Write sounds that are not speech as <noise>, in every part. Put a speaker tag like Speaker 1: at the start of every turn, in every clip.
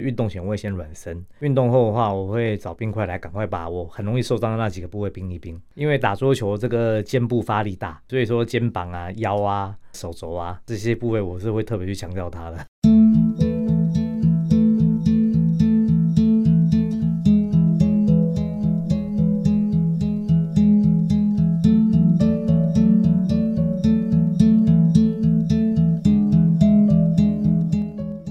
Speaker 1: 运动前我会先暖身，运动后的话，我会找冰块来赶快把我很容易受伤的那几个部位冰一冰。因为打桌球这个肩部发力大，所以说肩膀啊、腰啊、手肘啊这些部位，我是会特别去强调它的。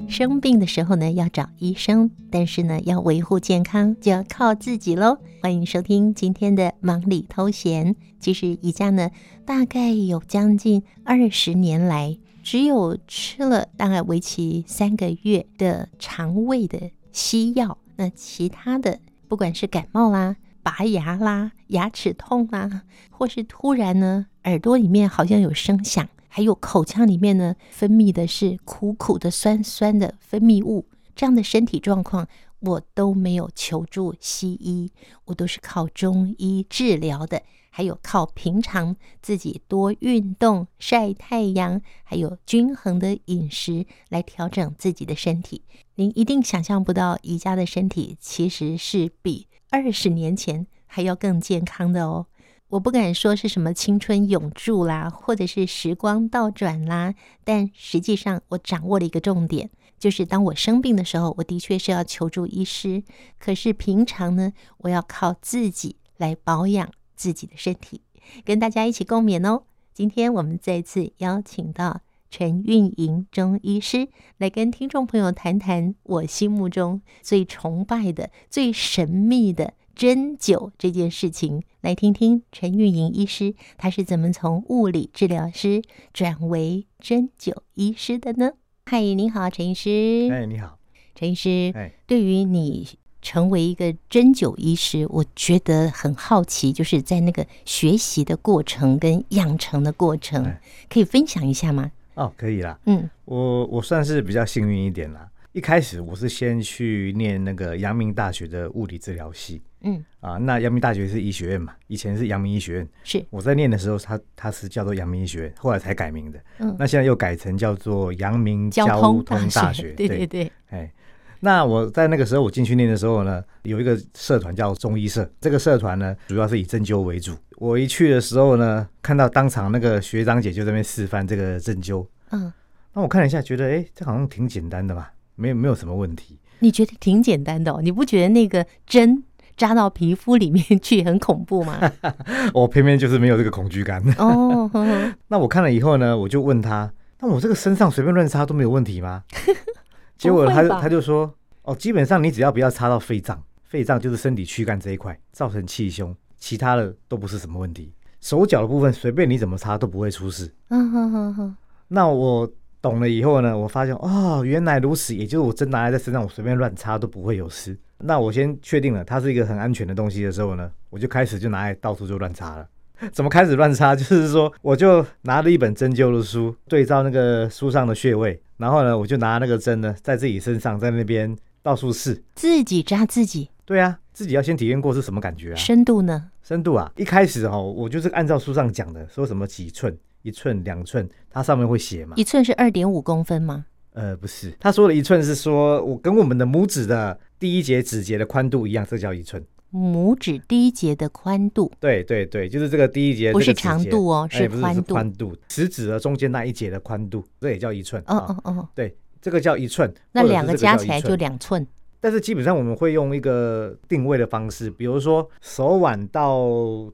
Speaker 2: 生病的时候呢，要找医生，但是呢，要维护健康就要靠自己喽。欢迎收听今天的忙里偷闲。其实宜家呢，大概有将近二十年来，只有吃了大概为期三个月的肠胃的西药，那其他的不管是感冒啦、拔牙啦、牙齿痛啦，或是突然呢耳朵里面好像有声响。还有口腔里面呢，分泌的是苦苦的、酸酸的分泌物，这样的身体状况，我都没有求助西医，我都是靠中医治疗的，还有靠平常自己多运动、晒太阳，还有均衡的饮食来调整自己的身体。您一定想象不到，宜家的身体其实是比二十年前还要更健康的哦。我不敢说是什么青春永驻啦，或者是时光倒转啦，但实际上我掌握了一个重点，就是当我生病的时候，我的确是要求助医师，可是平常呢，我要靠自己来保养自己的身体，跟大家一起共勉哦。今天我们再次邀请到陈运营中医师来跟听众朋友谈谈我心目中最崇拜的、最神秘的。针灸这件事情，来听听陈玉莹医师，他是怎么从物理治疗师转为针灸医师的呢？嗨，您好，陈医师。
Speaker 1: 哎，你好，
Speaker 2: 陈医师，
Speaker 1: 哎，
Speaker 2: 对于你成为一个针灸医师，我觉得很好奇，就是在那个学习的过程跟养成的过程
Speaker 1: 哎，
Speaker 2: 可以分享一下吗？
Speaker 1: 哦，可以啦。
Speaker 2: 嗯，
Speaker 1: 我我算是比较幸运一点啦。一开始我是先去念那个阳明大学的物理治疗系，
Speaker 2: 嗯，
Speaker 1: 啊，那阳明大学是医学院嘛，以前是阳明医学院。
Speaker 2: 是，
Speaker 1: 我在念的时候，它它是叫做阳明医学院，后来才改名的。
Speaker 2: 嗯
Speaker 1: 那现在又改成叫做阳明
Speaker 2: 交
Speaker 1: 通
Speaker 2: 大
Speaker 1: 大
Speaker 2: 学， <laughs> 对对对，
Speaker 1: 哎，那我在那个时候我进去念的时候呢，有一个社团叫中医社，这个社团呢主要是以针灸为主。我一去的时候呢，看到当场那个学长姐就在那边示范这个针灸，
Speaker 2: 嗯，
Speaker 1: 那我看了一下，觉得哎，这好像挺简单的嘛，没有没有什么问题。
Speaker 2: 你觉得挺简单的哦，你不觉得那个针扎到皮肤里面去很恐怖吗？
Speaker 1: <laughs> 我偏偏就是没有这个恐惧感。
Speaker 2: 哦，呵呵
Speaker 1: 那我看了以后呢，我就问他，那我这个身上随便乱插都没有问题
Speaker 2: <laughs>
Speaker 1: 吗？结果他
Speaker 2: 不
Speaker 1: 就
Speaker 2: 会吧
Speaker 1: 他就说，哦，基本上你只要不要插到肺脏，肺脏就是身体躯干这一块，造成气胸，其他的都不是什么问题。手脚的部分随便你怎么插都不会出事。
Speaker 2: 嗯哼哼哼，
Speaker 1: 那我懂了以后呢，我发现哦，原来如此，也就是我针拿来在身上，我随便乱插都不会有事。那我先确定了它是一个很安全的东西的时候呢，我就开始就拿来到处就乱插了。 <laughs> 怎么开始乱插？就是说，我就拿了一本针灸的书，对照那个书上的穴位，然后呢，我就拿那个针呢，在自己身上，在那边到处试。
Speaker 2: 自己扎自己，
Speaker 1: 对啊，自己要先体验过是什么感觉啊？
Speaker 2: 深度呢？
Speaker 1: 深度啊，一开始哦，我就是按照书上讲的，说什么几寸、一寸、两寸，它上面会写嘛。
Speaker 2: 一寸是二点五公分吗？
Speaker 1: 呃，不是，他说的一寸是说我跟我们的拇指的第一节指节的宽度一样，这叫一寸。
Speaker 2: 拇指第一节的宽度，
Speaker 1: 对对对，就是这个第一节
Speaker 2: 不
Speaker 1: 这个
Speaker 2: 是
Speaker 1: 指
Speaker 2: 长
Speaker 1: 节
Speaker 2: 度哦，
Speaker 1: 哎不是
Speaker 2: 宽
Speaker 1: 是
Speaker 2: 度。
Speaker 1: 宽度，食指的中间那一节的宽度，这也叫一寸。
Speaker 2: 哦
Speaker 1: 啊
Speaker 2: 哦哦，
Speaker 1: 对，这个叫一寸。
Speaker 2: 那
Speaker 1: 或者
Speaker 2: 两
Speaker 1: 是
Speaker 2: 个
Speaker 1: 这叫
Speaker 2: 加
Speaker 1: 一
Speaker 2: 起来
Speaker 1: 寸
Speaker 2: 就两寸。
Speaker 1: 但是基本上我们会用一个定位的方式，比如说手腕到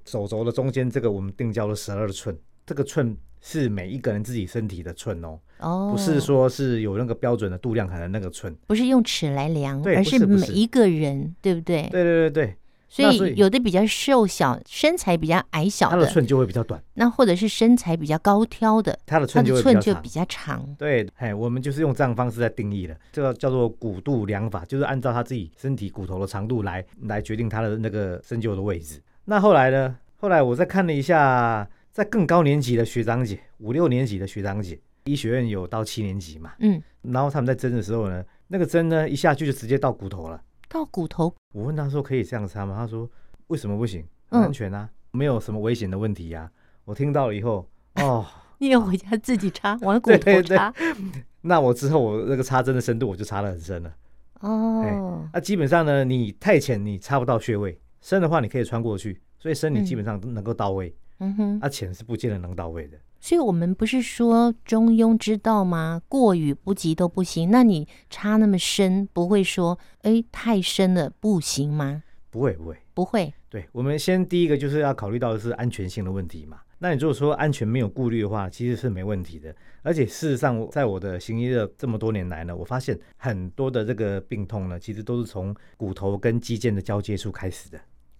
Speaker 1: 手肘的中间，这个我们定叫了十二寸，这个寸是每一个人自己身体的寸哦，
Speaker 2: 哦，
Speaker 1: 不是说是有那个标准的度量衡的那个寸。
Speaker 2: 不是用尺来量，
Speaker 1: 对
Speaker 2: 而
Speaker 1: 不是不
Speaker 2: 每
Speaker 1: 是
Speaker 2: 一个人，对不对？
Speaker 1: 对对对对，
Speaker 2: 所
Speaker 1: 那所
Speaker 2: 以
Speaker 1: 以
Speaker 2: 有的比较瘦小，身材比较矮小
Speaker 1: 它的
Speaker 2: 的，
Speaker 1: 寸就会比较短，
Speaker 2: 那或者是身材比较高挑的，
Speaker 1: 它的
Speaker 2: 它
Speaker 1: 寸就
Speaker 2: 的
Speaker 1: 会比
Speaker 2: 寸
Speaker 1: 较
Speaker 2: 就
Speaker 1: 长
Speaker 2: 比。较长。
Speaker 1: 对，嘿，我们就是用这样方式在定义的，这个叫做骨度量法，就是按照他自己身体骨头的长度来来决定他的那个针灸的位置。那后来呢？后来我再看了一下，在更高年级的学长姐，五六年级的学长姐，医学院有到七年级嘛，
Speaker 2: 嗯，
Speaker 1: 然后他们在针的时候呢，那个针呢一下去就直接到骨头了。
Speaker 2: 到骨头，
Speaker 1: 我问他说可以这样插吗？他说为什么不行？很
Speaker 2: 嗯
Speaker 1: 安全啊，没有什么危险的问题呀、我听到了以后，哦。
Speaker 2: 你也回家自己插，往骨
Speaker 1: 对
Speaker 2: 头
Speaker 1: 对
Speaker 2: 插。
Speaker 1: 那我之后我那个插针的深度我就插得很深了，
Speaker 2: 哦，
Speaker 1: 那、基本上呢，你太浅你插不到穴位，深的话你可以穿过去，所以深你
Speaker 2: 嗯
Speaker 1: 基本上都能够到位，
Speaker 2: 嗯哼，
Speaker 1: 啊浅是不见得能到位的。
Speaker 2: 所以我们不是说中庸之道吗？过与不及都不行。那你插那么深，不会说哎太深了不行吗？
Speaker 1: 不会不会，
Speaker 2: 不会，
Speaker 1: 对我们先第一个就是要考虑到的是安全性的问题嘛。那你如果说安全没有顾虑的话，其实是没问题的。而且事实上，在我的行医的这么多年来呢，我发现很多的这个病痛呢，其实都是从骨头跟肌腱的交接处开始的。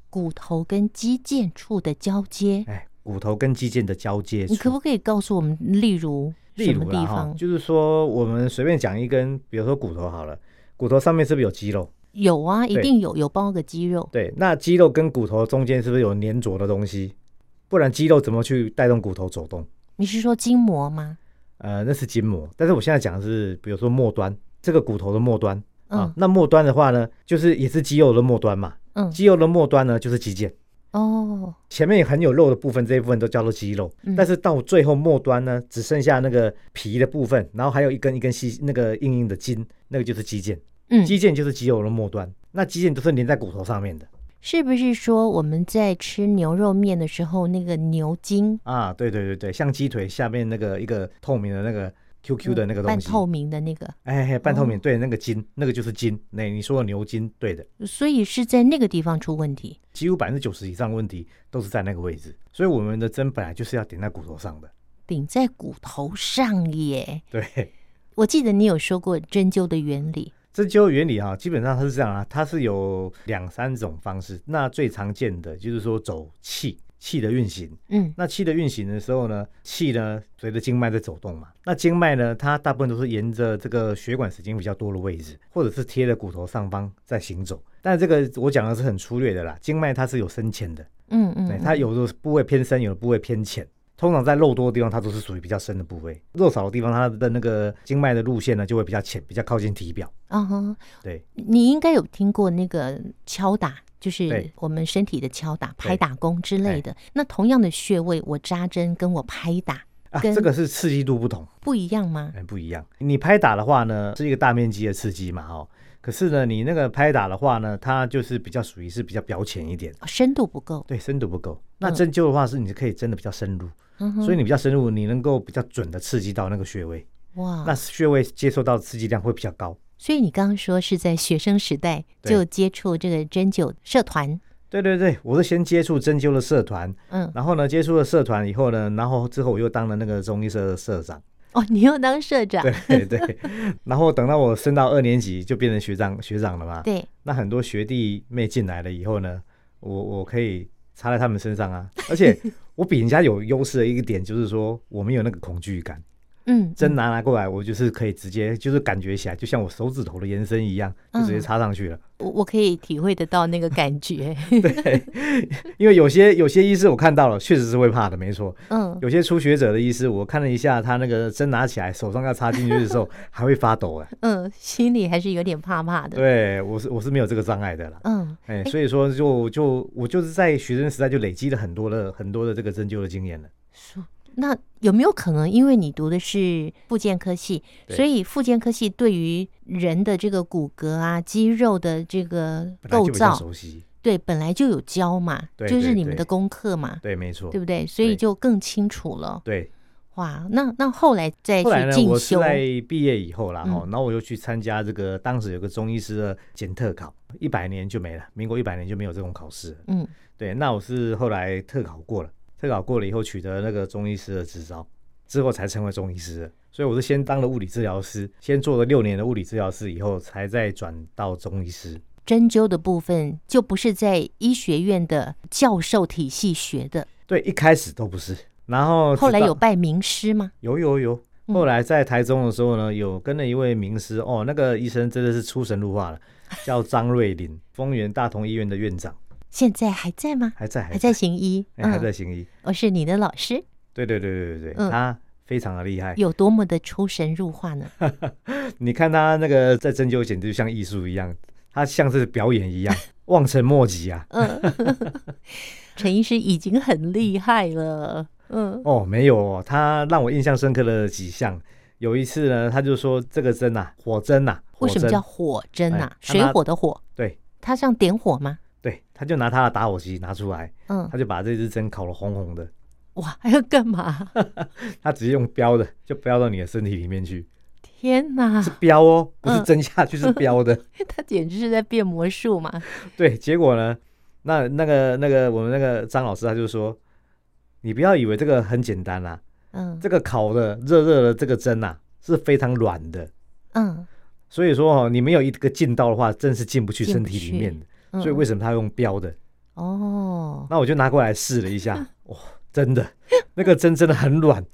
Speaker 2: 骨头跟肌腱处的交接，
Speaker 1: 哎，骨头跟肌腱的交接
Speaker 2: 你可
Speaker 1: 处。
Speaker 2: 不可以告诉我们，例如
Speaker 1: 例
Speaker 2: 什
Speaker 1: 如
Speaker 2: 么
Speaker 1: 啦
Speaker 2: 地
Speaker 1: 哈，
Speaker 2: 方
Speaker 1: 就是说我们随便讲一根，比如说骨头好了，骨头上面是不是有肌肉？
Speaker 2: 有啊？一
Speaker 1: 对
Speaker 2: 定有有包个肌肉，
Speaker 1: 对，那肌肉跟骨头中间是不是有粘着的东西？不然肌肉怎么去带动骨头走动？
Speaker 2: 你是说筋膜吗？
Speaker 1: 呃，那是筋膜，但是我现在讲的是，比如说末端，这个骨头的末端啊、
Speaker 2: 嗯
Speaker 1: 那末端的话呢，就是也是肌肉的末端嘛，
Speaker 2: 嗯
Speaker 1: 肌肉的末端呢就是肌腱，
Speaker 2: 哦，
Speaker 1: 前面很有肉的部分这一部分都叫做肌肉，
Speaker 2: 嗯
Speaker 1: 但是到最后末端呢，只剩下那个皮的部分，然后还有一根一根细那个硬硬的筋，那个就是肌腱，
Speaker 2: 嗯，
Speaker 1: 肌腱就是肌肉的末端，那肌腱都是连在骨头上面的
Speaker 2: 是不是说我们在吃牛肉面的时候，那个牛筋
Speaker 1: 啊，对对对对，像鸡腿下面那个一个透明的那个 QQ 的那个
Speaker 2: 嗯半
Speaker 1: 东西，
Speaker 2: 透明的哦那个，
Speaker 1: 哎，嘿半透明，对，那个筋，那个就是筋，那你说的牛筋，对的。
Speaker 2: 所以是在那个地方出问题。
Speaker 1: 几乎百分之九十以上的问题都是在那个位置，所以我们的针本来就是要点在骨头上的。
Speaker 2: 顶在骨头上耶。
Speaker 1: 对，
Speaker 2: 我记得你有说过针灸的原理，
Speaker 1: 针灸原理啊，基本上它是这样啊，它是有两三种方式。那最常见的就是说走气，气的运行。
Speaker 2: 嗯
Speaker 1: 那气的运行的时候呢，气呢随着经脉在走动嘛。那经脉呢，它大部分都是沿着这个血管神经比较多的位置，或者是贴着骨头上方在行走。但这个我讲的是很粗略的啦，经脉它是有深浅的，
Speaker 2: 嗯嗯，
Speaker 1: 对，
Speaker 2: 嗯
Speaker 1: 它有的部位偏深，有的部位偏浅。通常在肉多的地方，它都是属于比较深的部位；肉少的地方，它的那个经脉的路线呢，就会比较浅，比较靠近体表。
Speaker 2: 啊哈，
Speaker 1: 对，
Speaker 2: 你应该有听过那个敲打。就
Speaker 1: 对
Speaker 2: 是我们身体的敲打、拍打功之类的。那同样的穴位，我扎针跟我拍打
Speaker 1: 啊，
Speaker 2: 跟
Speaker 1: 这个是刺激度不同，
Speaker 2: 不一样吗？
Speaker 1: 嗯，不一样。你拍打的话呢，是一个大面积的刺激嘛，哦。可是呢，你那个拍打的话呢，它就是比较属于是比较表浅一点，
Speaker 2: 哦深度不够，
Speaker 1: 对，深度不够。那
Speaker 2: 嗯
Speaker 1: 针灸的话，是你可以针的比较深入，
Speaker 2: 嗯哼
Speaker 1: 所以你比较深入，你能够比较准的刺激到那个穴位，那
Speaker 2: 哇！
Speaker 1: 穴位接受到刺激量会比较高。
Speaker 2: 所以你刚刚说是在学生时代
Speaker 1: 对
Speaker 2: 就接触这个针灸社团，
Speaker 1: 对对对，我是先接触针灸的社团，
Speaker 2: 嗯，
Speaker 1: 然后呢，接触了社团以后呢，然后之后我又当了那个中医社的社长，
Speaker 2: 哦，你又当社长，
Speaker 1: 对对。 <laughs> 然后等到我升到二年级，就变成学长学长了嘛。
Speaker 2: 对，
Speaker 1: 那很多学弟妹进来了以后呢，我我可以插在他们身上啊， <laughs> 而且我比人家有优势的一个点就是说，我没有那个恐惧感，
Speaker 2: 嗯，
Speaker 1: 针拿拿过来，我就是可以直接就是感觉起来，就像我手指头的延伸一样，就直接
Speaker 2: 嗯
Speaker 1: 插上去了。
Speaker 2: 我我可以体会得到那个感
Speaker 1: <laughs>
Speaker 2: 觉，
Speaker 1: 因为有些有些医师我看到了，确实是会怕的，没错。
Speaker 2: 嗯，
Speaker 1: 有些初学者的医师，我看了一下，他那个针拿起来，手上要插进去的时候还会发抖
Speaker 2: <laughs>
Speaker 1: 哎。
Speaker 2: 嗯，心里还是有点怕怕的。
Speaker 1: 对我是我是没有这个障碍的啦。
Speaker 2: 嗯，
Speaker 1: 哎，所以说就就我就是在学生时代就累积了很多的很多的这个针灸的经验了。
Speaker 2: 那有没有可能，因为你读的是复健科系，
Speaker 1: 对
Speaker 2: 所以复健科系对于人的这个骨骼啊、肌肉的这个
Speaker 1: 本来就
Speaker 2: 构
Speaker 1: 比较
Speaker 2: 造，
Speaker 1: 熟悉，
Speaker 2: 对，本来就有教嘛，
Speaker 1: 对
Speaker 2: 就
Speaker 1: 对
Speaker 2: 是你们
Speaker 1: 对
Speaker 2: 的功课嘛，
Speaker 1: 对，没错
Speaker 2: 对，不对？所以
Speaker 1: 对
Speaker 2: 就更清楚了。
Speaker 1: 对。
Speaker 2: 哇，那那后来再
Speaker 1: 后来
Speaker 2: 去
Speaker 1: 呢，
Speaker 2: 进
Speaker 1: 我是
Speaker 2: 修，
Speaker 1: 在毕业以后啦，
Speaker 2: 嗯
Speaker 1: 哈、然后我又去参加这个当时有个中医师的检特考，一百年就没了，民国一百年就没有这种考试了。
Speaker 2: 嗯，
Speaker 1: 对，那我是后来特考过了，特考过了以后取得那个中医师的执照，之后才成为中医师的。所以我是先当了物理治疗师，先做了六年的物理治疗师，以后才再转到中医师。
Speaker 2: 针灸的部分就不是在医学院的教授体系学的，
Speaker 1: 对，一开始都不是，然后直
Speaker 2: 后来
Speaker 1: 到
Speaker 2: 有拜名师吗？
Speaker 1: 有有有，
Speaker 2: 嗯
Speaker 1: 后来在台中的时候呢，有跟了一位名师哦，那个医生真的是出神入化了，叫张瑞林，丰原大同医院的院长，
Speaker 2: 现在还在吗？
Speaker 1: 还在
Speaker 2: 还
Speaker 1: 还
Speaker 2: 在行医，嗯
Speaker 1: 哎还在行医。
Speaker 2: 我是你的老师，
Speaker 1: 对对对对对
Speaker 2: 嗯
Speaker 1: 对，他非常的厉害。
Speaker 2: 有多么的出神入化呢？
Speaker 1: 你看他那个在针灸，简直就像艺术一样，他像是表演一样，望尘莫及啊！
Speaker 2: 嗯陈医师已经很厉害了，嗯
Speaker 1: 哦，没有哦，他让我印象深刻的几项。有一次呢，他就说这个针啊，火针呐、啊，
Speaker 2: 为什么
Speaker 1: 针
Speaker 2: 叫火针呐、
Speaker 1: 哎
Speaker 2: 水
Speaker 1: 它拿
Speaker 2: 火的火，
Speaker 1: 对
Speaker 2: 它像点火吗？
Speaker 1: 对，他就拿他的打火机拿出来，
Speaker 2: 嗯，
Speaker 1: 他就把这支针烤得红红的，
Speaker 2: 哇，还要干嘛？
Speaker 1: 他直接用标的就标到你的身体里面去，
Speaker 2: 天哪，
Speaker 1: 是标哦，不是
Speaker 2: 嗯
Speaker 1: 针下去，是标的。
Speaker 2: 他简直是在变魔术嘛！
Speaker 1: <laughs> 对，结果呢，那那个那个我们那个张老师他就说，你不要以为这个很简单啦、啊
Speaker 2: 嗯
Speaker 1: 这个烤的热热的这个针呐、是非常软的，
Speaker 2: 嗯，
Speaker 1: 所以说哦，你没有一个劲道的话，针是进不去
Speaker 2: 进
Speaker 1: 身
Speaker 2: 不
Speaker 1: 体
Speaker 2: 去
Speaker 1: 里面的。
Speaker 2: 嗯
Speaker 1: 所以为什么他用标的？
Speaker 2: 哦，
Speaker 1: 那我就拿过来试了一下，哇、真的，那个针真的很软，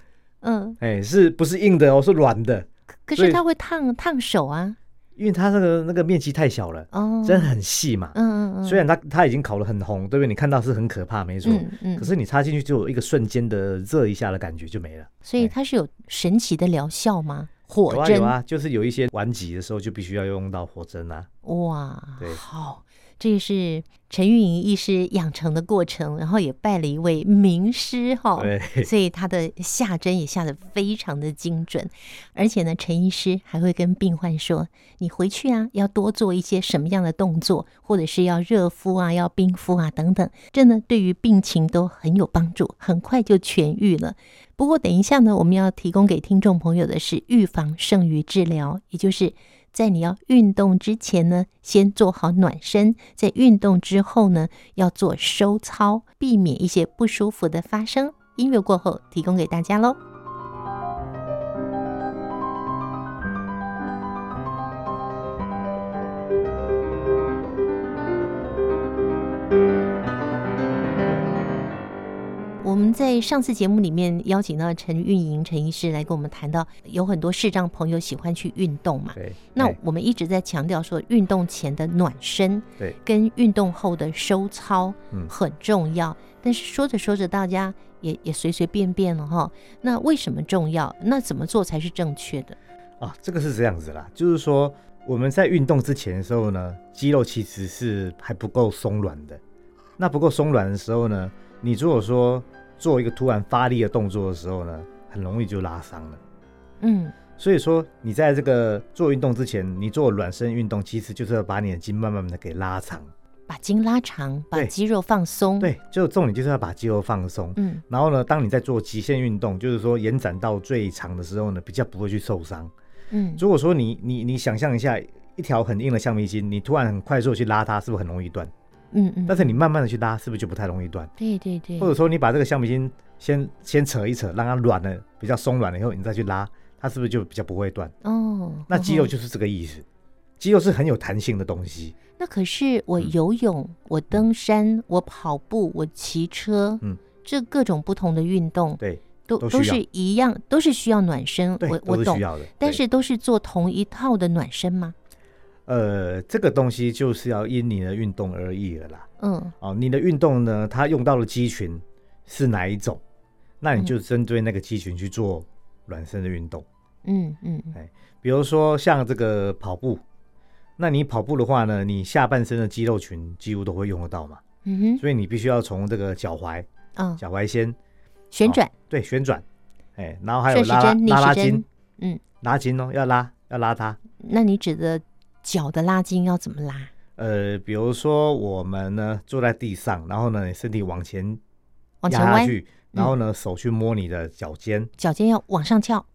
Speaker 2: 嗯，
Speaker 1: 哎、是不是硬的哦？是软的，
Speaker 2: 可可
Speaker 1: 所
Speaker 2: 是
Speaker 1: 以
Speaker 2: 它会烫烫手啊！
Speaker 1: 因为它那个那个面积太小了，
Speaker 2: 哦，
Speaker 1: 针很细嘛。
Speaker 2: 嗯嗯嗯，
Speaker 1: 虽然它它已经烤得很红，对不对？你看到是很可怕，没错。
Speaker 2: 嗯嗯，
Speaker 1: 可是你插进去就有一个瞬间的热一下的感觉就没了。
Speaker 2: 所以它是有神奇的疗效吗？火
Speaker 1: 哎有啊
Speaker 2: 针
Speaker 1: 有啊，就是有一些顽疾的时候就必须要用到火针啊。
Speaker 2: 哇
Speaker 1: 对，
Speaker 2: 好，这是陈玉莹医师养成的过程，然后也拜了一位名师哈、
Speaker 1: 对，
Speaker 2: 所以他的下针也下的非常的精准，而且呢，陈医师还会跟病患说，你回去啊，要多做一些什么样的动作，或者是要热敷啊，要冰敷啊等等，这呢对于病情都很有帮助，很快就痊愈了。不过等一下呢，我们要提供给听众朋友的是预防胜于治疗，也就是在你要运动之前呢，先做好暖身；在运动之后呢，要做收操，避免一些不舒服的发生。音乐过后，提供给大家喽。我们在上次节目里面邀请到陈运营陈医师来跟我们谈到，有很多视障朋友喜欢去运动嘛，
Speaker 1: 对，
Speaker 2: 那
Speaker 1: 哎
Speaker 2: 我们一直在强调说，运动前的暖身，
Speaker 1: 对，
Speaker 2: 跟运动后的收操，
Speaker 1: 嗯
Speaker 2: 很重要。但是说着说着，大家也也随随便便了哈。那为什么重要？那怎么做才是正确的？
Speaker 1: 啊，这个是这样子啦，就是说我们在运动之前的时候呢，肌肉其实是还不够松软的。那不够松软的时候呢，你如果说做一个突然发力的动作的时候呢，很容易就拉伤了。
Speaker 2: 嗯
Speaker 1: 所以说，你在这个做运动之前，你做暖身运动，其实就是要把你的筋慢慢的给拉长。
Speaker 2: 把筋拉长，把
Speaker 1: 对
Speaker 2: 肌肉放松。，
Speaker 1: 对，就重点就是要把肌肉放松。
Speaker 2: 嗯
Speaker 1: 然后呢，当你在做极限运动，就是说延展到最长的时候呢，比较不会去受伤。
Speaker 2: 嗯，
Speaker 1: 如果说你你你想象一下，一条很硬的橡皮筋，你突然很快速地去拉它，是不是很容易断？
Speaker 2: 嗯嗯，
Speaker 1: 但是你慢慢的去拉，是不是就不太容易断？
Speaker 2: 对对对
Speaker 1: 或，者说你把这个橡皮筋先先扯一扯，让它软了，比较松软了以后，你再去拉，它是不是就比较不会断？
Speaker 2: 哦，
Speaker 1: 那肌肉
Speaker 2: 哦
Speaker 1: 就是这个意思，肌肉是很有弹性的东西。
Speaker 2: 那可是我
Speaker 1: 嗯
Speaker 2: 游泳、我登山、我跑步、我骑车，
Speaker 1: 嗯，
Speaker 2: 这各种不同的运动，
Speaker 1: 对，
Speaker 2: 都
Speaker 1: 都需要
Speaker 2: 是一样，都是需要暖身。
Speaker 1: 对
Speaker 2: 我，
Speaker 1: 都
Speaker 2: 我
Speaker 1: 是需
Speaker 2: 懂，
Speaker 1: 要的。
Speaker 2: 但
Speaker 1: 对
Speaker 2: 是都是做同一套的暖身吗？
Speaker 1: 呃，这个东西就是要因你的运动而异了啦。
Speaker 2: 嗯
Speaker 1: 哦，你的运动呢，它用到的肌群是哪一种？那你就针对那个肌群去做暖身的运动。
Speaker 2: 嗯嗯嗯
Speaker 1: 比如说像这个跑步，那你跑步的话呢，你下半身的肌肉群几乎都会用得到嘛，
Speaker 2: 嗯
Speaker 1: 所以你必须要从这个脚踝、
Speaker 2: 哼啊，
Speaker 1: 脚踝先
Speaker 2: 旋转
Speaker 1: 对旋转，哎，然后还有
Speaker 2: 顺时
Speaker 1: 拉拉
Speaker 2: 针、逆
Speaker 1: 拉拉
Speaker 2: 时
Speaker 1: 筋
Speaker 2: 针，，嗯，
Speaker 1: 拉筋哦，要拉要拉它。
Speaker 2: 那你指的脚的拉筋要怎么拉？
Speaker 1: 呃，比如说我们呢坐在地上，然后呢你身体往前
Speaker 2: 往
Speaker 1: 压
Speaker 2: 前
Speaker 1: 下
Speaker 2: 弯，嗯
Speaker 1: 去，然后呢手去摸你的脚尖，
Speaker 2: 脚尖要往上翘。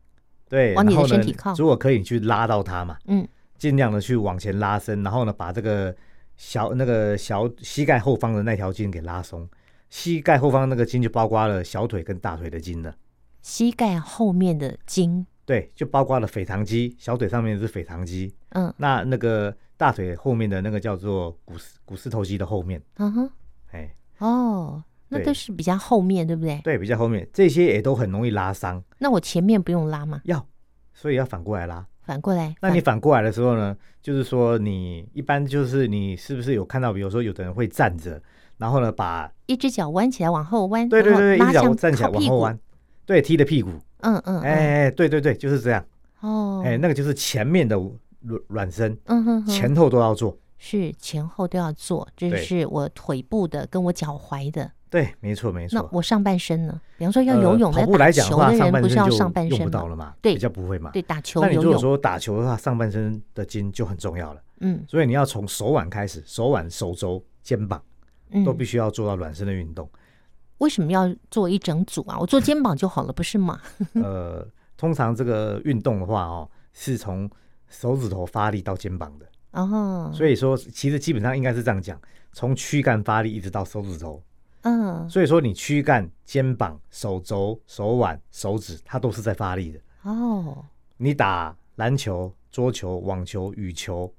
Speaker 1: 对，
Speaker 2: 往你的
Speaker 1: 然后呢
Speaker 2: 身体靠
Speaker 1: 如果可以，你去拉到它嘛，
Speaker 2: 嗯
Speaker 1: 尽量的去往前拉伸，然后呢，把这个小那个小膝盖后方的那条筋给拉松。膝盖后方那个筋就包括了小腿跟大腿的筋了，
Speaker 2: 膝盖后面的筋，
Speaker 1: 对，就包括了腓肠肌，小腿上面是腓肠肌，
Speaker 2: 嗯
Speaker 1: 那那个大腿后面的那个叫做股四股四头肌的后面，
Speaker 2: 嗯哼，
Speaker 1: 哎，
Speaker 2: 哦，那
Speaker 1: 对
Speaker 2: 都是比较后面，对不对？
Speaker 1: 对，比较后面，这些也都很容易拉伤，
Speaker 2: 那我前面不用拉嘛，
Speaker 1: 要，所以要反过来拉。
Speaker 2: 反过来，
Speaker 1: 那你
Speaker 2: 反
Speaker 1: 反过来的时候呢，就是说你一般就是你是不是有看到，比如说有的人会站着，然后呢把
Speaker 2: 一只脚弯起来往后弯，
Speaker 1: 对对
Speaker 2: 嗯然后
Speaker 1: 对，一
Speaker 2: 拉
Speaker 1: 只脚
Speaker 2: 向
Speaker 1: 站起来
Speaker 2: 靠
Speaker 1: 往
Speaker 2: 屁
Speaker 1: 后
Speaker 2: 股，
Speaker 1: 弯，对，踢的屁股，
Speaker 2: 嗯嗯，嗯，
Speaker 1: 哎，对对对，就是这样，
Speaker 2: 哦，
Speaker 1: 哎，那个就是前面的软软身，
Speaker 2: 嗯哼哼，
Speaker 1: 前后都要做，
Speaker 2: 是前后都要做，这
Speaker 1: 对
Speaker 2: 是我腿部的跟我脚踝的，
Speaker 1: 对，没错没
Speaker 2: 那
Speaker 1: 错。
Speaker 2: 我上半身呢？比方说要游泳
Speaker 1: 呃、
Speaker 2: 的、
Speaker 1: 跑步来
Speaker 2: 打
Speaker 1: 讲的
Speaker 2: 球
Speaker 1: 话，
Speaker 2: 人
Speaker 1: 上半
Speaker 2: 不是要
Speaker 1: 身
Speaker 2: 上
Speaker 1: 就
Speaker 2: 半
Speaker 1: 用
Speaker 2: 身
Speaker 1: 不
Speaker 2: 吗
Speaker 1: 到？了嘛，
Speaker 2: 对
Speaker 1: 比较不会嘛。
Speaker 2: 对，打球
Speaker 1: 那你
Speaker 2: 游
Speaker 1: 如果
Speaker 2: 泳，
Speaker 1: 说打球的话，上半身的筋就很重要了，
Speaker 2: 嗯
Speaker 1: 所以你要从手腕开始，手腕、手肘、肩膀都
Speaker 2: 嗯
Speaker 1: 必，须要做到暖身的运动。
Speaker 2: 为什么要做一整组啊？我做肩膀就好了，不是吗？
Speaker 1: 呃，通常这个运动的话哦，是从手指头发力到肩膀的，
Speaker 2: 哦，
Speaker 1: 所以说其实基本上应该是这样讲，从躯干发力一直到手指头。
Speaker 2: 嗯
Speaker 1: 所以说你躯干、肩膀、手肘、手腕、手指，它都是在发力的。
Speaker 2: 哦，
Speaker 1: 你打篮球、桌球、网球、羽球、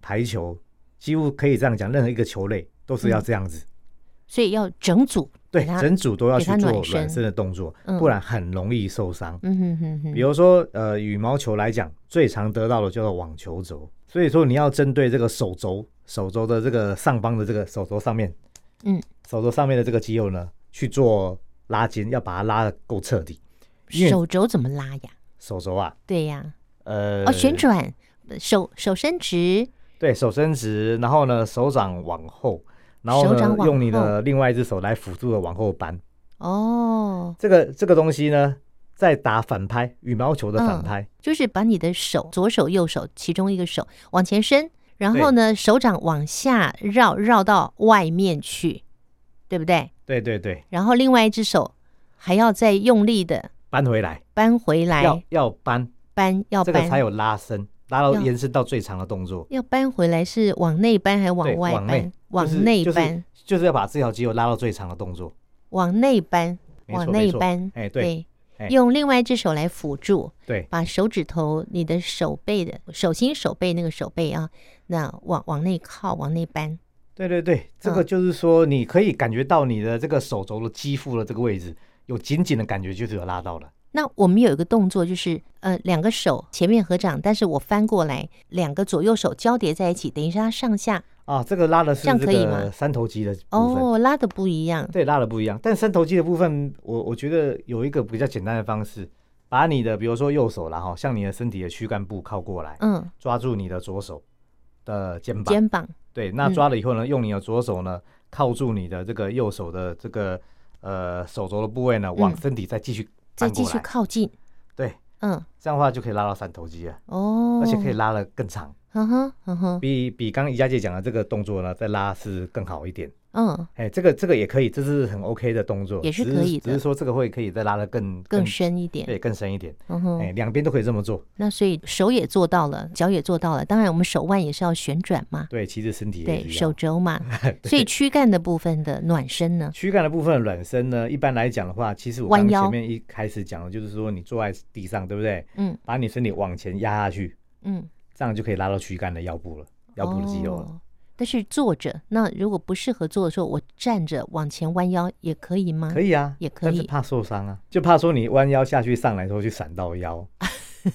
Speaker 1: 排球，几乎可以这样讲，任何一个球类都是要这样子。
Speaker 2: 所以要整组
Speaker 1: 对
Speaker 2: 嗯给，它
Speaker 1: 整组都要
Speaker 2: 给
Speaker 1: 去
Speaker 2: 它
Speaker 1: 做
Speaker 2: 暖身
Speaker 1: 暖身的动作，
Speaker 2: 嗯
Speaker 1: 不然很容易受伤。
Speaker 2: 嗯哼哼哼，
Speaker 1: 比如说，呃，羽毛球来讲，最常得到的叫做网球肘，所以说你要针对这个手肘、手肘的这个上方的这个手肘上面，
Speaker 2: 嗯，
Speaker 1: 手肘上面的这个肌肉呢，去做拉筋，要把它拉的够彻底。因为
Speaker 2: 手肘怎么拉呀？
Speaker 1: 手肘啊，
Speaker 2: 对呀，
Speaker 1: 呃，
Speaker 2: 哦，旋转，手手伸直，
Speaker 1: 对手伸直，然后呢，手掌往后，然后
Speaker 2: 手掌
Speaker 1: 呢，
Speaker 2: 往
Speaker 1: 用你
Speaker 2: 后
Speaker 1: 的另外一只手来辅助的往后扳。
Speaker 2: 哦，
Speaker 1: 这个这个东西呢，在打反拍，羽毛球的反
Speaker 2: 嗯
Speaker 1: 拍，
Speaker 2: 就是把你的手，左手、右手其中一个手往前伸，然后呢，手掌往下绕，绕到外面去，对不对？
Speaker 1: 对对对，
Speaker 2: 然后另外一只手还要再用力的
Speaker 1: 扳回来，
Speaker 2: 扳回
Speaker 1: 要
Speaker 2: 来，
Speaker 1: 要扳。
Speaker 2: 扳要
Speaker 1: 这个才
Speaker 2: 扳，
Speaker 1: 有拉伸，拉到
Speaker 2: 哦要
Speaker 1: 延伸到最长的动作，
Speaker 2: 要扳回来是往内扳还是往
Speaker 1: 对
Speaker 2: 外
Speaker 1: 往
Speaker 2: 扳
Speaker 1: 内？
Speaker 2: 往内
Speaker 1: 就是
Speaker 2: 扳，
Speaker 1: 就是，就是要把这条肌肉拉到最长的动作，
Speaker 2: 往内扳，
Speaker 1: 没错没
Speaker 2: 往内
Speaker 1: 错
Speaker 2: 扳，
Speaker 1: 哎对
Speaker 2: 对
Speaker 1: 哎，
Speaker 2: 用另外一只手来辅助，
Speaker 1: 对
Speaker 2: 把手指头、你的手背的手心、手背那个手背啊，那往往内靠，往内扳。
Speaker 1: 对对对，这
Speaker 2: 嗯
Speaker 1: 个就是说你可以感觉到你的这个手肘的肌腹的这个位置有紧紧的感觉，就是有拉到了。
Speaker 2: 那我们有一个动作，就是呃，两个手前面合掌，但是我翻过来，两个左右手交叠在一起，等于是它上下
Speaker 1: 啊，这个拉的是
Speaker 2: 这样
Speaker 1: 这
Speaker 2: 可以吗
Speaker 1: 个三头肌的部分，
Speaker 2: 哦拉的不一样。
Speaker 1: 对，拉的不一样。但三头肌的部分，我我觉得有一个比较简单的方式，把你的比如说右手啦哈，向你的身体的躯干部靠过来，
Speaker 2: 嗯，
Speaker 1: 抓住你的左手的肩膀，
Speaker 2: 肩膀
Speaker 1: 对，那
Speaker 2: 嗯
Speaker 1: 抓了以后呢，用你的左手呢靠住你的这个右手的这个呃手肘的部位呢，往
Speaker 2: 嗯
Speaker 1: 身体再继续
Speaker 2: 再
Speaker 1: 扳
Speaker 2: 继
Speaker 1: 过
Speaker 2: 续
Speaker 1: 来。
Speaker 2: 靠近。
Speaker 1: 对，
Speaker 2: 嗯，
Speaker 1: 这样的话就可以拉到三头肌了，
Speaker 2: 哦，
Speaker 1: 而且可以，拉得更长，
Speaker 2: 哼哼哼哼，
Speaker 1: 比比刚刚宜家姐讲的这个动作呢，再拉是更好一点。
Speaker 2: 嗯，
Speaker 1: 哎，这个这个也可以，这是很 OK 的动作，
Speaker 2: 也是
Speaker 1: 只
Speaker 2: 可以的
Speaker 1: 只是说这个会可以再拉得更
Speaker 2: 更，深一点。
Speaker 1: 对，更深一点。
Speaker 2: 嗯
Speaker 1: 哎，
Speaker 2: 哼，
Speaker 1: 两边都可以这么做。
Speaker 2: 那所以手也做到了，脚也做到了，当然我们手腕也是要旋转嘛，
Speaker 1: 对，其实身体也
Speaker 2: 对
Speaker 1: 是一
Speaker 2: 手
Speaker 1: 样。<laughs>
Speaker 2: 肘嘛，所以躯干的部分的暖身呢，
Speaker 1: 躯干的部分的暖身呢，一般来讲的话，其实我
Speaker 2: 弯
Speaker 1: 刚
Speaker 2: 腰
Speaker 1: 前面一开始讲的就是说，你坐在地上，对不对？
Speaker 2: 嗯
Speaker 1: 把你身体往前压下去，
Speaker 2: 嗯，
Speaker 1: 这样就可以拉到躯干的腰部了，腰部的肌肉了。
Speaker 2: 哦但是坐着，那如果不适合坐的时候，我站着往前弯腰也可以吗？
Speaker 1: 可
Speaker 2: 以。
Speaker 1: 以啊，
Speaker 2: 也可
Speaker 1: 但是
Speaker 2: 以
Speaker 1: 怕受伤啊，就怕说你弯腰下去上来的时候去闪到
Speaker 2: <laughs>
Speaker 1: 腰。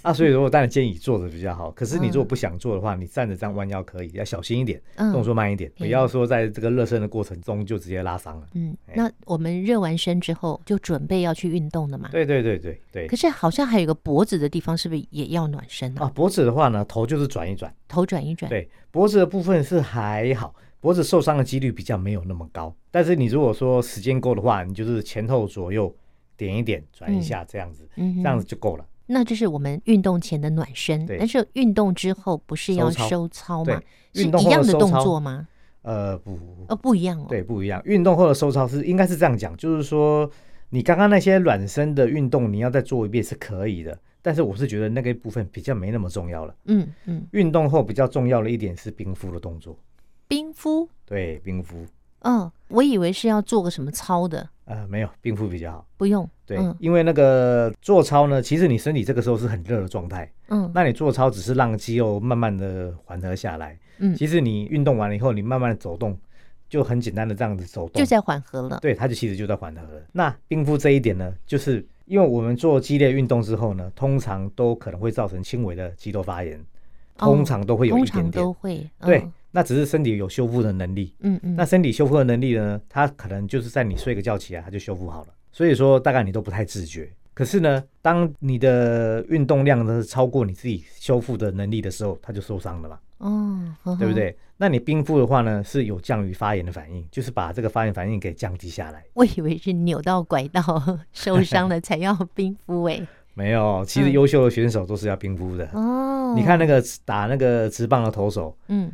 Speaker 1: 啊，所以说我当然建议你坐着比较好。可是你如果不想坐的话，你站着这样弯腰可以，要小心一点，
Speaker 2: 嗯
Speaker 1: 动作慢一点，
Speaker 2: 嗯
Speaker 1: 不要说在这个热身的过程中就直接拉伤了。
Speaker 2: 嗯，
Speaker 1: 哎
Speaker 2: 那我们热完身之后就准备要去运动了嘛。
Speaker 1: 对对对对对
Speaker 2: 可。是好像还有一个脖子的地方，是不是也要暖身呢、
Speaker 1: 啊，脖子的话呢，头就是转一转。
Speaker 2: 头转一转。
Speaker 1: 对，脖子的部分是还好，脖子受伤的几率比较没有那么高。但是你如果说时间够的话，你就是前后左右点一点，转一下这样子，
Speaker 2: 嗯哼，
Speaker 1: 这样子就够了。
Speaker 2: 那这是我们运动前的暖身。
Speaker 1: 对
Speaker 2: 但是运动之后不是要
Speaker 1: 收操
Speaker 2: 收操吗？
Speaker 1: 对
Speaker 2: 是
Speaker 1: 运动
Speaker 2: 一
Speaker 1: 后的
Speaker 2: 样的
Speaker 1: 收
Speaker 2: 动
Speaker 1: 操
Speaker 2: 作吗？
Speaker 1: 呃，不，不
Speaker 2: 哦，不一样哦。，
Speaker 1: 对，不一样。运动后的收操是应该是这样讲，就是说你刚刚那些暖身的运动，你要再做一遍是可以的。但是我是觉得那个部分比较没那么重要了。
Speaker 2: 嗯嗯，
Speaker 1: 运动后比较重要的一点是冰敷的动作，
Speaker 2: 冰敷。
Speaker 1: 对，冰敷，
Speaker 2: 哦，我以为是要做个什么操的，
Speaker 1: 呃，没有冰敷比较好。
Speaker 2: 不用。
Speaker 1: 对，
Speaker 2: 嗯
Speaker 1: 因为那个做操呢，其实你身体这个时候是很热的状态，
Speaker 2: 嗯
Speaker 1: 那你做操只是让肌肉慢慢的缓和下来。
Speaker 2: 嗯，
Speaker 1: 其实你运动完了以后，你慢慢的走动，就很简单的这样子走动，
Speaker 2: 就在缓和了。
Speaker 1: 对，它就其实就在缓和了。那冰敷这一点呢，就是因为我们做激烈运动之后呢，通常都可能会造成轻微的肌肉发炎，
Speaker 2: 哦
Speaker 1: 通常都会有
Speaker 2: 通
Speaker 1: 一
Speaker 2: 常
Speaker 1: 点点。
Speaker 2: 都嗯会。
Speaker 1: 对，那只是身体有修复的能力。
Speaker 2: 嗯，嗯
Speaker 1: 那
Speaker 2: 嗯，
Speaker 1: 身体修复的能力呢，它可能就是在你睡个觉起来，它就修复好了。所以说，大概你都不太自觉。可是呢，当你的运动量呢超过你自己修复的能力的时候，它就受伤了嘛。
Speaker 2: 哦，呵呵
Speaker 1: 对不？对？那你冰敷的话呢，是有降于发炎的反应，就是把这个发炎反应给降低下来。
Speaker 2: <laughs> 我以为是扭到拐到 <laughs> 受伤了才要冰敷欸
Speaker 1: <laughs>
Speaker 2: 诶。
Speaker 1: 没有，其实
Speaker 2: 嗯
Speaker 1: 优秀的选手都是要冰敷的。
Speaker 2: 哦，
Speaker 1: 你看，那个打那个直棒的投手，
Speaker 2: 嗯，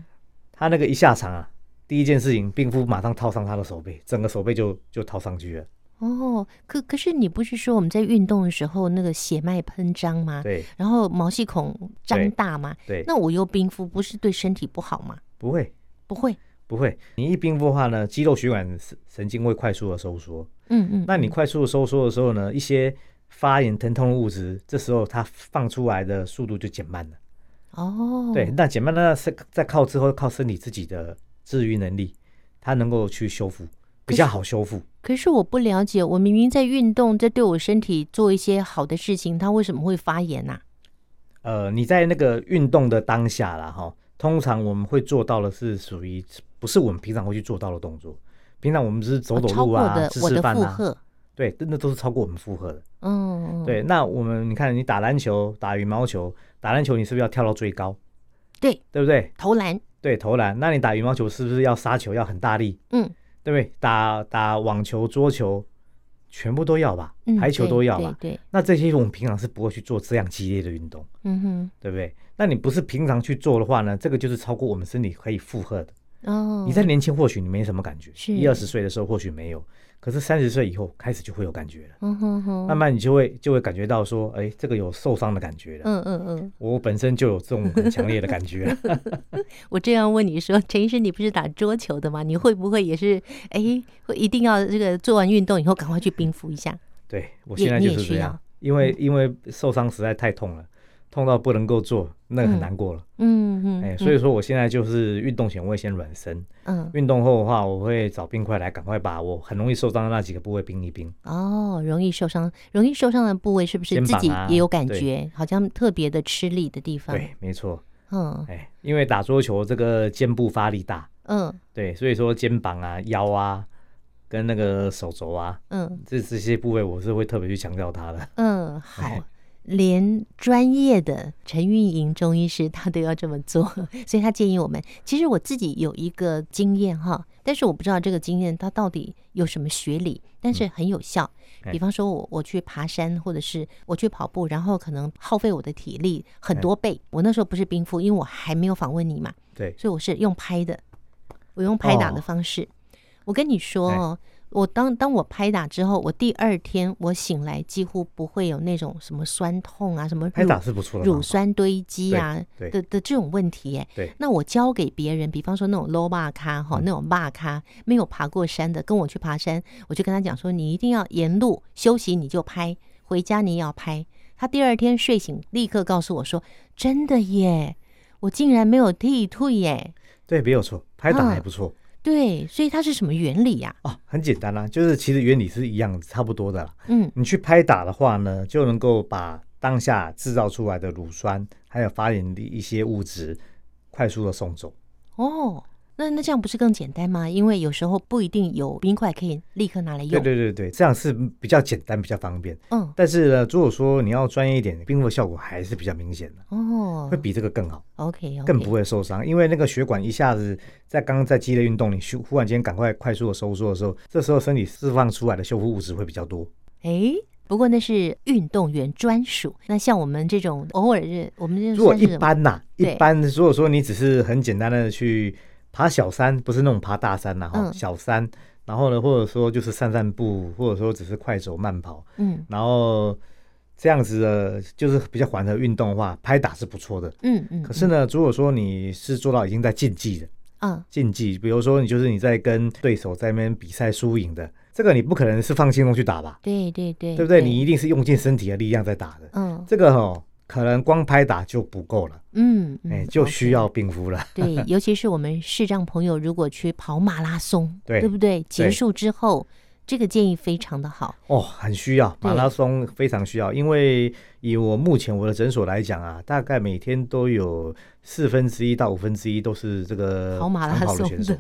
Speaker 1: 他那个一下场啊，第一件事情，冰敷马上套上他的手背，整个手背就就套上去了。
Speaker 2: 哦，可可是你不是说我们在运动的时候那个血脉喷张吗？
Speaker 1: 对
Speaker 2: 然后毛细孔张
Speaker 1: 对
Speaker 2: 大吗？
Speaker 1: 对，
Speaker 2: 那我又冰敷，不是对身体不好吗？
Speaker 1: 不会
Speaker 2: 不会，
Speaker 1: 不会，你一冰敷的话呢，肌肉血管神神经会快速的收缩。
Speaker 2: 嗯嗯，
Speaker 1: 那你快速的收缩的时候呢，一些发炎疼痛的物质，这时候它放出来的速度就减慢了。
Speaker 2: 哦，
Speaker 1: 对，，那减慢那是再靠之后靠身体自己的治愈能力，它能够去修复，比较好修复。
Speaker 2: 可是我不了解，我明明在运动，在对我身体做一些好的事情，它为什么会发炎啊呐、
Speaker 1: 呃，你在那个运动的当下啦，哈，通常我们会做到的是属于不是我们平常会去做到的动作。平常我们只是走走
Speaker 2: 哦超
Speaker 1: 路
Speaker 2: 过我
Speaker 1: 啊，
Speaker 2: 的
Speaker 1: 吃
Speaker 2: 我
Speaker 1: 吃
Speaker 2: 的
Speaker 1: 饭
Speaker 2: 负
Speaker 1: 啊，
Speaker 2: 荷，
Speaker 1: 对，真的都是超过我们负荷的。
Speaker 2: 嗯，嗯
Speaker 1: 对，那我们你看，你打篮球、打羽毛球、打篮球，你是不是要跳到最高？
Speaker 2: 对，
Speaker 1: 对不对？
Speaker 2: 投篮，
Speaker 1: 对，投篮。那你打羽毛球是不是要杀球要很大力？
Speaker 2: 嗯
Speaker 1: 对不对？打打网球、桌球，全部都要吧
Speaker 2: 嗯，，
Speaker 1: 排球
Speaker 2: 对
Speaker 1: 都要
Speaker 2: 对
Speaker 1: 吧。
Speaker 2: 对，
Speaker 1: 那这些我们平常是不会去做这样激烈的运动，
Speaker 2: 嗯
Speaker 1: 对不对？那你不是平常去做的话呢，这个就是超过我们身体可以负荷的。
Speaker 2: 哼，哦，
Speaker 1: 你在年轻或许你没什么感觉，
Speaker 2: 是
Speaker 1: 一二十岁的时候或许没有，可是三十岁以后开始就会有感觉了。
Speaker 2: 嗯哼哼，
Speaker 1: 慢慢你就会就会感觉到说，哎，这个有受伤的感觉了。
Speaker 2: 嗯嗯嗯，
Speaker 1: 我本身就有这种很强烈的感
Speaker 2: <laughs>
Speaker 1: 觉了，啊
Speaker 2: 我这样问你说，陈医生，你不是打桌球的吗？你会不会也是哎，会一定要这个做完运动以后赶快去冰敷一下？
Speaker 1: 对我
Speaker 2: 也
Speaker 1: 现在就
Speaker 2: 你也
Speaker 1: 是
Speaker 2: 需
Speaker 1: 这样，因为因为受伤实在太痛了，痛到不能够做，那个很难过了。
Speaker 2: 嗯嗯，
Speaker 1: 哎、所以说我现在就是运动前我会先暖身，
Speaker 2: 嗯
Speaker 1: 运动后的话，我会找冰块来赶快把我很容易受伤的那几个部位冰一冰。
Speaker 2: 哦，容易受伤，容易受伤的部位是不是
Speaker 1: 肩
Speaker 2: 自
Speaker 1: 膀
Speaker 2: 己
Speaker 1: 啊
Speaker 2: 也有感
Speaker 1: 对
Speaker 2: 觉，好像特别的吃力的地方？
Speaker 1: 对，没错，
Speaker 2: 嗯
Speaker 1: 哎、因为打桌球这个肩部发力大，
Speaker 2: 嗯
Speaker 1: 对，所以说肩膀啊、腰啊、跟那个手肘啊，
Speaker 2: 嗯
Speaker 1: 这这些部位我是会特别去强调它的。
Speaker 2: 嗯，好
Speaker 1: 哎。
Speaker 2: 连专业的陈运营中医师他都要这么做，所以他建议我们。其实我自己有一个经验哈，但是我不知道这个经验它到底有什么学理，但是很有效。
Speaker 1: 哎
Speaker 2: 比方说我我去爬山，或者是我去跑步，然后可能耗费我的体力
Speaker 1: 哎
Speaker 2: 很多倍。我那时候不是冰敷，因为我还没有访问你嘛，
Speaker 1: 对，
Speaker 2: 所以我是用拍的，我用拍打的
Speaker 1: 哦
Speaker 2: 方式。我跟你说
Speaker 1: 哎
Speaker 2: 哦，我当当我拍打之后，我第二天我醒来几乎不会有那种什么酸痛啊，什么
Speaker 1: 拍打
Speaker 2: 乳
Speaker 1: 是不错的方
Speaker 2: 乳
Speaker 1: 法
Speaker 2: 酸堆积啊
Speaker 1: 对
Speaker 2: 的的这种问题耶。
Speaker 1: 对嗯
Speaker 2: 那我教给别人，比方说那种 low 霸咖哈，那种霸咖没有爬过山的，跟我去爬山，我就跟他讲说，你一定要沿路休息你就拍，回家你也要拍。他第二天睡醒立刻告诉我说，真的耶，我竟然没有剃退耶。
Speaker 1: 对，没有错，拍打
Speaker 2: 嗯
Speaker 1: 还不错
Speaker 2: 对，所以它是什么原理呀、
Speaker 1: 啊，很简单啦、就是其实原理是一样，差不多的啦。
Speaker 2: 嗯
Speaker 1: 你去拍打的话呢，就能够把当下制造出来的乳酸还有发炎的一些物质快速的送走。
Speaker 2: 哦，那那这样不是更简单吗？因为有时候不一定有冰块可以立刻拿来
Speaker 1: 对
Speaker 2: 用。
Speaker 1: 对对对，这样是比较简单，比较方便。
Speaker 2: 嗯
Speaker 1: 但是呢，如果说你要专业一点，冰敷的效果还是比较明显的，
Speaker 2: 哦
Speaker 1: 会比这个更好，
Speaker 2: ，OK 哦 OK，
Speaker 1: 更不会受伤，因为那个血管一下子在刚刚在激烈运动，你忽忽然间赶快快速的收缩的时候，这时候身体释放出来的修复物质会比较多。
Speaker 2: 哎，不过那是运动员专属。那像我们这种偶尔是，我们嗯这
Speaker 1: 如果
Speaker 2: 算是
Speaker 1: 一
Speaker 2: 什么
Speaker 1: 般呐、一
Speaker 2: 对
Speaker 1: 般如果说你只是很简单的去爬小山，不是那种爬大山呐、哈、
Speaker 2: 嗯
Speaker 1: 小山，然后呢，或者说就是散散步，或者说只是快走慢跑，
Speaker 2: 嗯
Speaker 1: 然后这样子的，就是比较缓和运动的话，拍打是不错的。
Speaker 2: 嗯嗯，
Speaker 1: 可是呢，如果说你是做到已经在竞技的
Speaker 2: 啊，
Speaker 1: 竞技，比如说你就是你在跟对手在那边比赛输赢的，这个你不可能是放轻松去打吧，
Speaker 2: 对对对，
Speaker 1: 对不对？你一定是用尽身体的力量在打的，
Speaker 2: 嗯
Speaker 1: 这个哦，可能光拍打就不够了。
Speaker 2: 嗯，
Speaker 1: 哎、
Speaker 2: 嗯
Speaker 1: 就
Speaker 2: OK
Speaker 1: 需要冰敷了。 <laughs>
Speaker 2: 对，尤其是我们视障朋友，如果去跑马拉松，
Speaker 1: 对
Speaker 2: 不对？结
Speaker 1: 对
Speaker 2: 束之后，这个建议非常的好。
Speaker 1: 哦，很需要
Speaker 2: 对
Speaker 1: 马拉松，非常需要。因为以我目前我的诊所来讲啊，大概每天都有四分之一到五分之一都是这个
Speaker 2: 跑马拉
Speaker 1: 长跑的
Speaker 2: 松
Speaker 1: 选手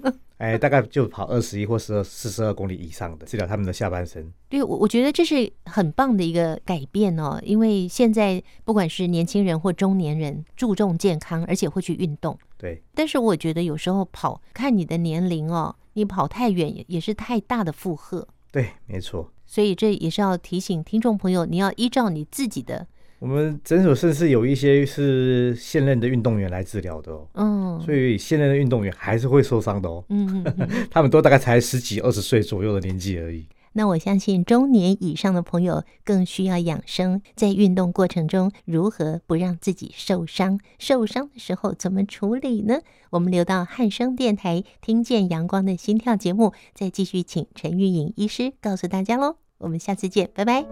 Speaker 2: 的，
Speaker 1: 哎，大概就跑二十一或十二、四十二公里以上的治疗他们的下半身。
Speaker 2: 对，我我觉得这是很棒的一个改变哦，因为现在不管是年轻人或中年人，注重健康，而且会去运动。
Speaker 1: 对，
Speaker 2: 但是我觉得有时候跑，看你的年龄哦，你跑太远也也是太大的负荷，
Speaker 1: 对，没错。
Speaker 2: 所以这也是要提醒听众朋友，你要依照你自己的，
Speaker 1: 我们诊所甚至有一些是现任的运动员来治疗的哦，
Speaker 2: 嗯，
Speaker 1: 所以现任的运动员还是会受伤的哦。
Speaker 2: 嗯嗯嗯。
Speaker 1: 他们都大概才十几、二十岁左右的年纪而已。
Speaker 2: 那我相信中年以上的朋友更需要养生，在运动过程中如何不让自己受伤？受伤的时候怎么处理呢？我们留到汉声电台听见阳光的心跳节目，再继续请陈玉颖医师告诉大家喽。我们下次见，拜拜。